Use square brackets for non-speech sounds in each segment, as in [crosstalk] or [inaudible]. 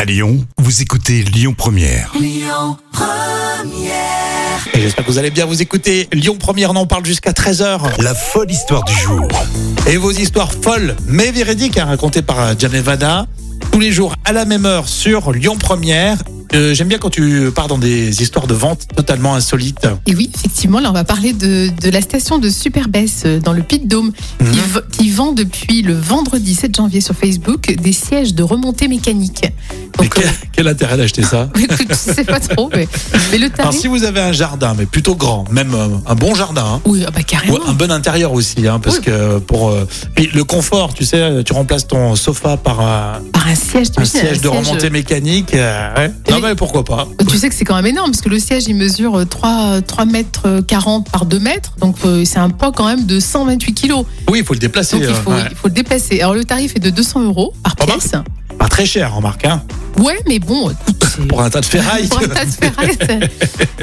À Lyon, vous écoutez Lyon Première. Et j'espère que vous allez bien vous écouter. Lyon Première, non, on parle jusqu'à 13h. La folle histoire du jour. Et vos histoires folles, mais véridiques, hein, racontées par euh, Jamel Vada, tous les jours à la même heure sur Lyon Première. Euh, J'aime bien quand tu pars dans des histoires de vente totalement insolites. Et oui, effectivement, là, on va parler de, de la station de Superbès euh, dans le Puy-de-Dôme, qui Mhm. v- qui, vend depuis le vendredi 7 janvier sur Facebook des sièges de remontée mécanique. Mais Donc, quel, quel intérêt d'acheter ça euh, [laughs] écoute, je sais pas trop, mais, mais le Alors, tarif. si vous avez un jardin, mais plutôt grand, même euh, un bon jardin, hein, Oui, ah bah carrément. ou un bon intérieur aussi, hein, parce Oui. que euh, pour euh, et le confort, tu sais, tu remplaces ton sofa par un, Par un siège, un t'imagines, siège de euh, remontée mécanique. euh, ouais. Non Oui. mais pourquoi pas Tu sais que c'est quand même énorme, parce que le siège, il mesure euh, 3, 3 mètres 40 par 2 mètres. Donc, euh, c'est un poids quand même de 128 kilos. Oui, il faut le déplacer. Donc, il euh, faut, ouais. il faut le déplacer. Alors, le tarif est de 200 euros par Ah bah. pièce. Pas très cher, remarque, hein, Ouais, mais bon, écoute, c'est- pour un tas de [laughs] ferraille. Pour un tas de ferraille, c'est-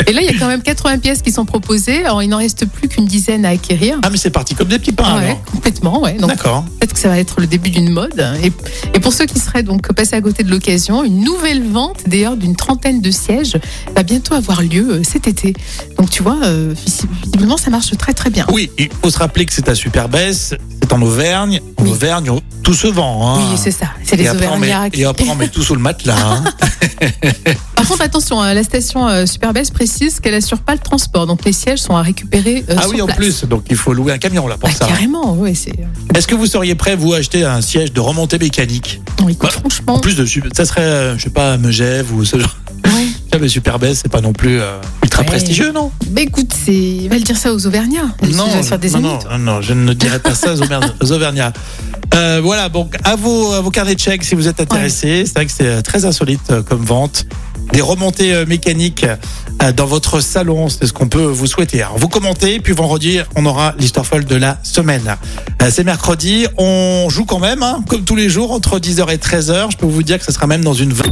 Et là, il y a quand même 80 pièces qui sont proposées. Alors, il n'en reste plus qu'une dizaine à acquérir. Ah, mais c'est parti comme des petits pains, ouais, alors. complètement, ouais. Donc, D'accord. peut-être que ça va être le début d'une mode. Et, et pour ceux qui seraient donc passés à côté de l'occasion, une nouvelle vente d'ailleurs d'une trentaine de sièges va bientôt avoir lieu euh, cet été. Donc, tu vois, euh, visi- visiblement, ça marche très très bien. Oui, il faut se rappeler que c'est à Superbès, c'est en Auvergne. En Oui. Auvergne, on- tout se vend. Hein. Oui, c'est ça. C'est et les après, on met, Auvergnats. qui- et après, on met tout sous le matelas. [laughs] hein. Par contre, attention, hein, la station euh, Superbès précise qu'elle assure pas le transport. Donc, les sièges sont à récupérer euh, ah sur oui, en place. plus. Donc, il faut louer un camion là pour Ah, ça. carrément, oui. c'est- euh, Est-ce que vous seriez prêt, vous, à acheter un siège de remontée mécanique Oui, écoute, Bah, En franchement, plus de. Sup- Ça serait, euh, je sais pas, à Megève ou ce genre. ouais. Ça, [laughs] mais Superbès, c'est pas non plus euh, ultra Ouais. prestigieux, non Bah écoute, c'est. Va le dire ça aux Auvergnats. Tu vas te faire des non, amis, non, non, toi. non, je ne dirai pas [laughs] ça aux, Auvergne- aux Auvergnats. Euh, voilà, donc à vos, à vos carnets de chèques si vous êtes intéressés. C'est vrai que c'est euh, très insolite euh, comme vente. Des remontées euh, mécaniques euh, dans votre salon, c'est ce qu'on peut vous souhaiter. Alors, vous commentez, puis vendredi, on aura l'histoire folle de la semaine. Euh, c'est mercredi, on joue quand même, hein, comme tous les jours, entre 10h et 13h. Je peux vous dire que ce sera même dans une vingt-